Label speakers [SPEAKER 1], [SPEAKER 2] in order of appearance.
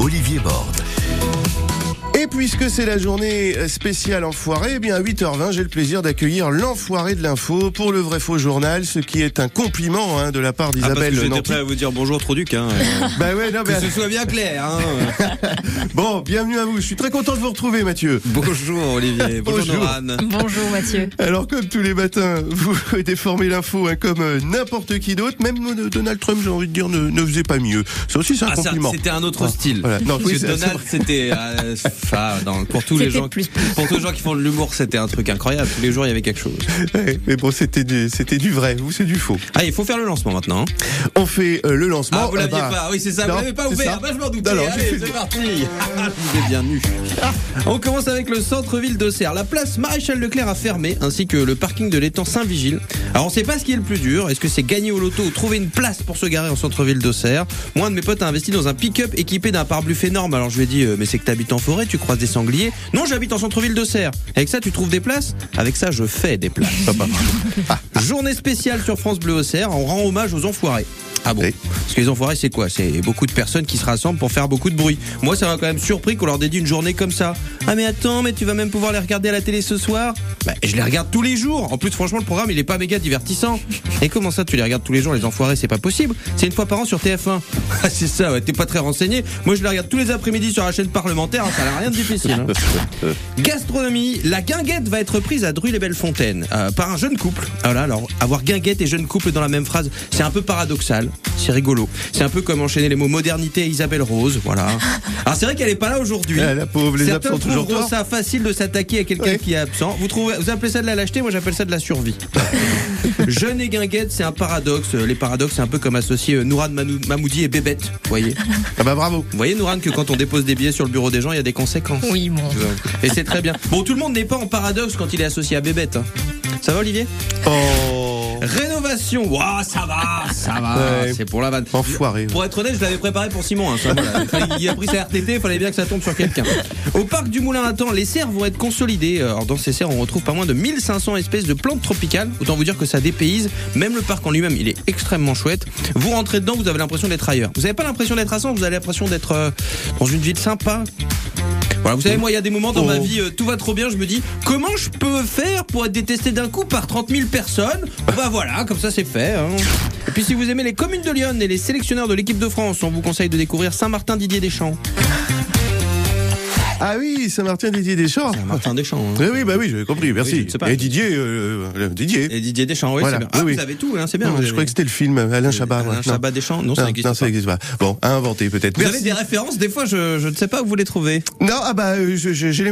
[SPEAKER 1] Olivier Borde.
[SPEAKER 2] Et puisque c'est la journée spéciale enfoiré, eh bien à 8h20, j'ai le plaisir d'accueillir l'enfoiré de l'info pour le vrai faux journal, ce qui est un compliment hein, de la part
[SPEAKER 3] Ah, parce
[SPEAKER 2] d'Isabelle
[SPEAKER 3] que j'étais
[SPEAKER 2] Nanty.
[SPEAKER 3] prêt à vous dire bonjour Troduc. Hein.
[SPEAKER 2] Bah ouais, non, mais-
[SPEAKER 3] que ce soit bien clair. Hein.
[SPEAKER 2] bon, bienvenue à vous. Je suis très content de vous retrouver, Mathieu.
[SPEAKER 3] bonjour Olivier.
[SPEAKER 2] Bonjour.
[SPEAKER 3] Bonjour Noran.
[SPEAKER 4] Bonjour Mathieu.
[SPEAKER 2] Alors comme tous les matins, vous déformez l'info hein, comme euh, n'importe qui d'autre, même euh, Donald Trump, j'ai envie de dire, ne, ne faisait pas mieux. Ça aussi, c'est un
[SPEAKER 3] Ah, ça,
[SPEAKER 2] compliment.
[SPEAKER 3] c'était un autre
[SPEAKER 2] Ah,
[SPEAKER 3] style.
[SPEAKER 2] voilà. Non,
[SPEAKER 3] Parce
[SPEAKER 2] oui,
[SPEAKER 3] que
[SPEAKER 2] c'est-
[SPEAKER 3] Donald, c'était euh, ça, dans- pour tous les
[SPEAKER 4] C'était
[SPEAKER 3] gens,
[SPEAKER 4] plus-
[SPEAKER 3] pour tous les gens qui font de l'humour, c'était un truc incroyable. Tous les jours, il y avait quelque chose.
[SPEAKER 2] Ouais, mais bon, c'était du, c'était du vrai, vous c'est du faux.
[SPEAKER 3] Ah, il faut faire le lancement maintenant. hein.
[SPEAKER 2] On fait euh, le lancement.
[SPEAKER 3] Ah, vous l'aviez
[SPEAKER 2] bah,
[SPEAKER 3] pas. Oui, c'est ça.
[SPEAKER 2] non,
[SPEAKER 3] vous l'avez pas
[SPEAKER 2] c'est ça.
[SPEAKER 3] ouvert. Ah, bah, je m'en doutais.
[SPEAKER 2] Alors, j'ai
[SPEAKER 3] Allez,
[SPEAKER 2] fait-
[SPEAKER 3] c'est parti. Ah, je vous ai bien eu. On commence avec le centre-ville d'Auxerre. La place Maréchal Leclerc a fermé, ainsi que le parking de l'étang Saint-Vigile. Alors, on sait pas ce qui est le plus dur. Est-ce que c'est gagner au loto ou trouver une place pour se garer en centre-ville d'Auxerre Moi, un de mes potes a investi dans un pick-up équipé d'un pare-bluff énorme. Alors, je lui ai dit, euh, mais c'est que t'habites en forêt, tu croises des sangliers. Non, j'habite en centre-ville d'Auxerre. Avec ça, tu trouves des places Avec ça, je fais des places. Journée spéciale sur France Bleu Auxerre, on rend hommage aux enfoirés. Ah bon
[SPEAKER 2] Oui.
[SPEAKER 3] Parce que les enfoirés, c'est quoi C'est beaucoup de personnes qui se rassemblent pour faire beaucoup de bruit. Moi, ça m'a quand même surpris qu'on leur dédie une journée comme ça. Ah mais attends, mais tu vas même pouvoir les regarder à la télé ce soir Bah, je les regarde tous les jours. En plus, franchement, le programme, il est pas méga divertissant. Et comment ça, tu les regardes tous les jours, les enfoirés C'est pas possible. C'est une fois par an sur TF1. Ah, c'est ça, ouais, t'es pas très renseigné. Moi, je les regarde tous les après-midi sur la chaîne parlementaire. Ça n'a rien de difficile. hein. Gastronomie, la guinguette va être prise à Druy-les-Belles-Fontaines euh, par un jeune couple. Voilà, alors avoir guinguette et jeune couple dans la même phrase, c'est un peu paradoxal, c'est rigolo. C'est un peu comme enchaîner les mots modernité et Isabelle Rose, voilà. Alors c'est vrai qu'elle est pas là aujourd'hui.
[SPEAKER 2] Ah, la pauvre, les
[SPEAKER 3] Certains
[SPEAKER 2] absents toujours
[SPEAKER 3] trouveront
[SPEAKER 2] tort.
[SPEAKER 3] ça facile de s'attaquer à quelqu'un
[SPEAKER 2] Ouais.
[SPEAKER 3] qui est absent. Vous trouvez, vous appelez ça de la lâcheté, moi j'appelle ça de la survie. Jeune et guinguette, c'est un paradoxe. Les paradoxes, c'est un peu comme associer euh, Nourhan Manou- Mahmoudi et Bébête, vous voyez.
[SPEAKER 2] Ah bah bravo.
[SPEAKER 3] Vous voyez Nourhan que quand on dépose des billets sur le bureau des gens, il y a des conséquences.
[SPEAKER 4] Oui, bon.
[SPEAKER 3] Et c'est très bien. Bon, tout le monde n'est pas en paradoxe quand il est associé à Bébête. hein. Ça va, Olivier
[SPEAKER 2] Oh,
[SPEAKER 3] Rénovation. Ouah, ça va, ça va.
[SPEAKER 2] Ouais.
[SPEAKER 3] C'est pour la vanne.
[SPEAKER 2] enfoiré.
[SPEAKER 3] Pour être honnête, je l'avais préparé pour Simon. hein, ça, voilà. Il fallait- Il a pris sa RTT, il fallait bien que ça tombe sur quelqu'un. Au parc du Moulin à Temps, les serres vont être consolidées. Euh, Alors, dans ces serres, on retrouve pas moins de 1500 espèces de plantes tropicales. Autant vous dire que ça dépayse. Même le parc en lui-même, il est extrêmement chouette. Vous rentrez dedans, vous avez l'impression d'être ailleurs. Vous n'avez pas l'impression d'être à 100, vous avez l'impression d'être euh, dans une ville sympa. Voilà, vous savez, moi, il y a des moments dans
[SPEAKER 2] Oh.
[SPEAKER 3] ma vie, euh, tout va trop bien. Je me dis, comment je peux faire pour être détesté d'un coup par 30 000 personnes Bah voilà, comme ça, c'est fait. hein. Et puis, si vous aimez les communes de Lyon et les sélectionneurs de l'équipe de France, on vous conseille de découvrir Saint-Martin-Didier Deschamps.
[SPEAKER 2] Ah oui, Saint-Martin, Didier Deschamps.
[SPEAKER 3] Saint-Martin Deschamps. hein.
[SPEAKER 2] Oui, oui, bah oui, j'avais compris, merci.
[SPEAKER 3] Oui, je sais pas.
[SPEAKER 2] Et Didier, euh, euh, Didier.
[SPEAKER 3] Et Didier Deschamps, oui,
[SPEAKER 2] Voilà,
[SPEAKER 3] c'est bien. Ah,
[SPEAKER 2] oui, oui.
[SPEAKER 3] vous avez tout, hein, c'est bien.
[SPEAKER 2] Non,
[SPEAKER 3] vous
[SPEAKER 2] je
[SPEAKER 3] avez- Euh,
[SPEAKER 2] croyais que c'était le film, Alain Chabat.
[SPEAKER 3] Alain
[SPEAKER 2] moi. Non.
[SPEAKER 3] Chabat Deschamps, non, ça
[SPEAKER 2] Non,
[SPEAKER 3] n'existe
[SPEAKER 2] non,
[SPEAKER 3] pas.
[SPEAKER 2] n'existe pas. Bon, à inventer peut-être.
[SPEAKER 3] Vous avez
[SPEAKER 2] Merci.
[SPEAKER 3] des références, des fois, je, je ne sais pas où vous les trouvez.
[SPEAKER 2] Non, ah bah, euh, je- je- j'ai les